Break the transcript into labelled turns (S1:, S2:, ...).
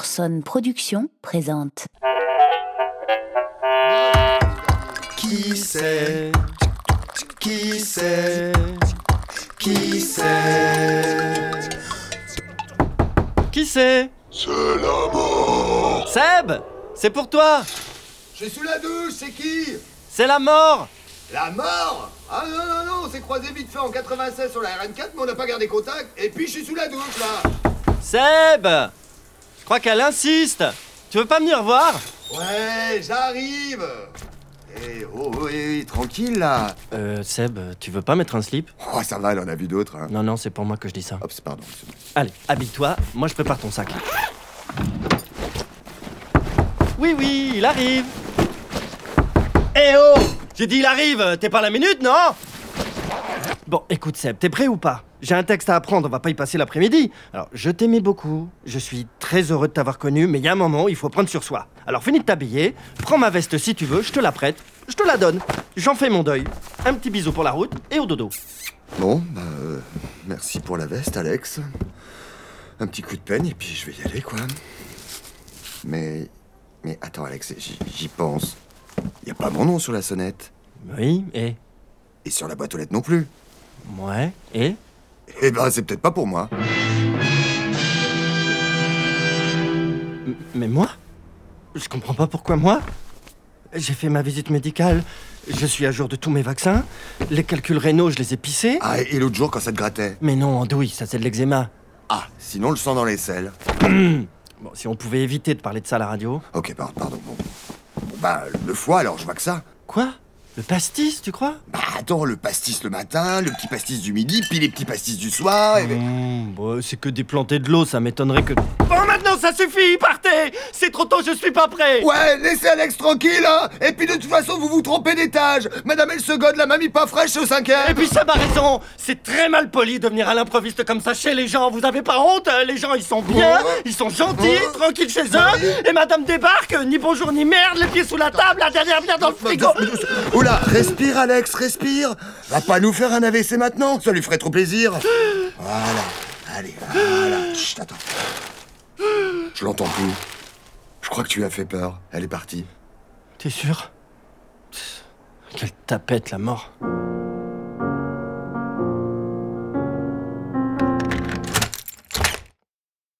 S1: Orson Productions présente
S2: Qui sait Qui sait Qui sait
S3: Qui c'est C'est la mort Seb C'est pour toi
S2: J'ai sous la douche, c'est qui
S3: C'est la mort
S2: La mort Ah non, non, non, on s'est croisé vite fait en 96 sur la RN4, mais on n'a pas gardé contact, et puis je suis sous la douche là
S3: Seb Je crois qu'elle insiste Tu veux pas venir voir
S2: Ouais, j'arrive Eh oh, oh, eh, eh, tranquille là
S3: Euh, Seb, tu veux pas mettre un slip
S2: Oh, ça va, elle en a vu d'autres, hein
S3: Non, non, c'est pour moi que je dis ça.
S2: Hop, c'est- pardon. c'est bon.
S3: Allez, habille-toi, moi je prépare ton sac. Oui, oui, il arrive Eh oh J'ai dit il arrive T'es pas à la minute, non Bon, écoute Seb, t'es prêt ou pas J'ai un texte à apprendre, on va pas y passer l'après-midi. Alors, je t'aimais beaucoup, je suis très heureux de t'avoir connu, mais il y a un moment, il faut prendre sur soi. Alors, finis de t'habiller, prends ma veste si tu veux, je te la prête, je te la donne, j'en fais mon deuil. Un petit bisou pour la route et au dodo.
S2: Bon, bah, euh, merci pour la veste, Alex. Un petit coup de peine et puis je vais y aller, quoi. Mais. Mais attends, Alex, j'y j'y pense. Y a pas mon nom sur la sonnette.
S3: Oui, et
S2: Et sur la boîte aux lettres non plus.
S3: Ouais, et
S2: Eh ben, c'est peut-être pas pour moi.
S3: M- Mais moi Je comprends pas pourquoi moi J'ai fait ma visite médicale, je suis à jour de tous mes vaccins, les calculs rénaux, je les ai pissés.
S2: Ah, et l'autre jour, quand ça te grattait.
S3: Mais non, andouille, ça c'est de l'eczéma.
S2: Ah, sinon le sang dans les selles.
S3: Bon, si on pouvait éviter de parler de ça à la radio.
S2: Ok, par- pardon, bon. Bon, bah, le foie, alors, je vois que ça.
S3: Quoi Le pastis, tu crois
S2: Bah, attends, le pastis le matin, le petit pastis du midi, puis les petits pastis du soir, et...
S3: Mmh, bah, C'est que des plantés de l'eau, ça m'étonnerait que... Bon, maintenant, ça suffit, partez C'est trop tôt, je suis pas prêt
S2: Ouais, laissez Alex tranquille, hein Et puis de toute façon, vous vous trompez d'étage Madame El Segode, la mamie pas fraîche au
S3: Et
S2: cinquième
S3: puis ça m'a raison, c'est très mal poli de venir à l'improviste comme ça chez les gens. Vous avez pas honte euh, Les gens ils sont bien, ils sont gentils, tranquilles chez eux. Et madame débarque, euh, ni bonjour ni merde, les pieds sous la table, la dernière bière dans le frigo.
S2: Oula, respire Alex, respire Va pas nous faire un AVC maintenant, ça lui ferait trop plaisir Voilà, allez, voilà Chut, attends Je l'entends plus. Je crois que tu lui as fait peur, elle est partie.
S3: T'es sûr Quelle tapette la mort.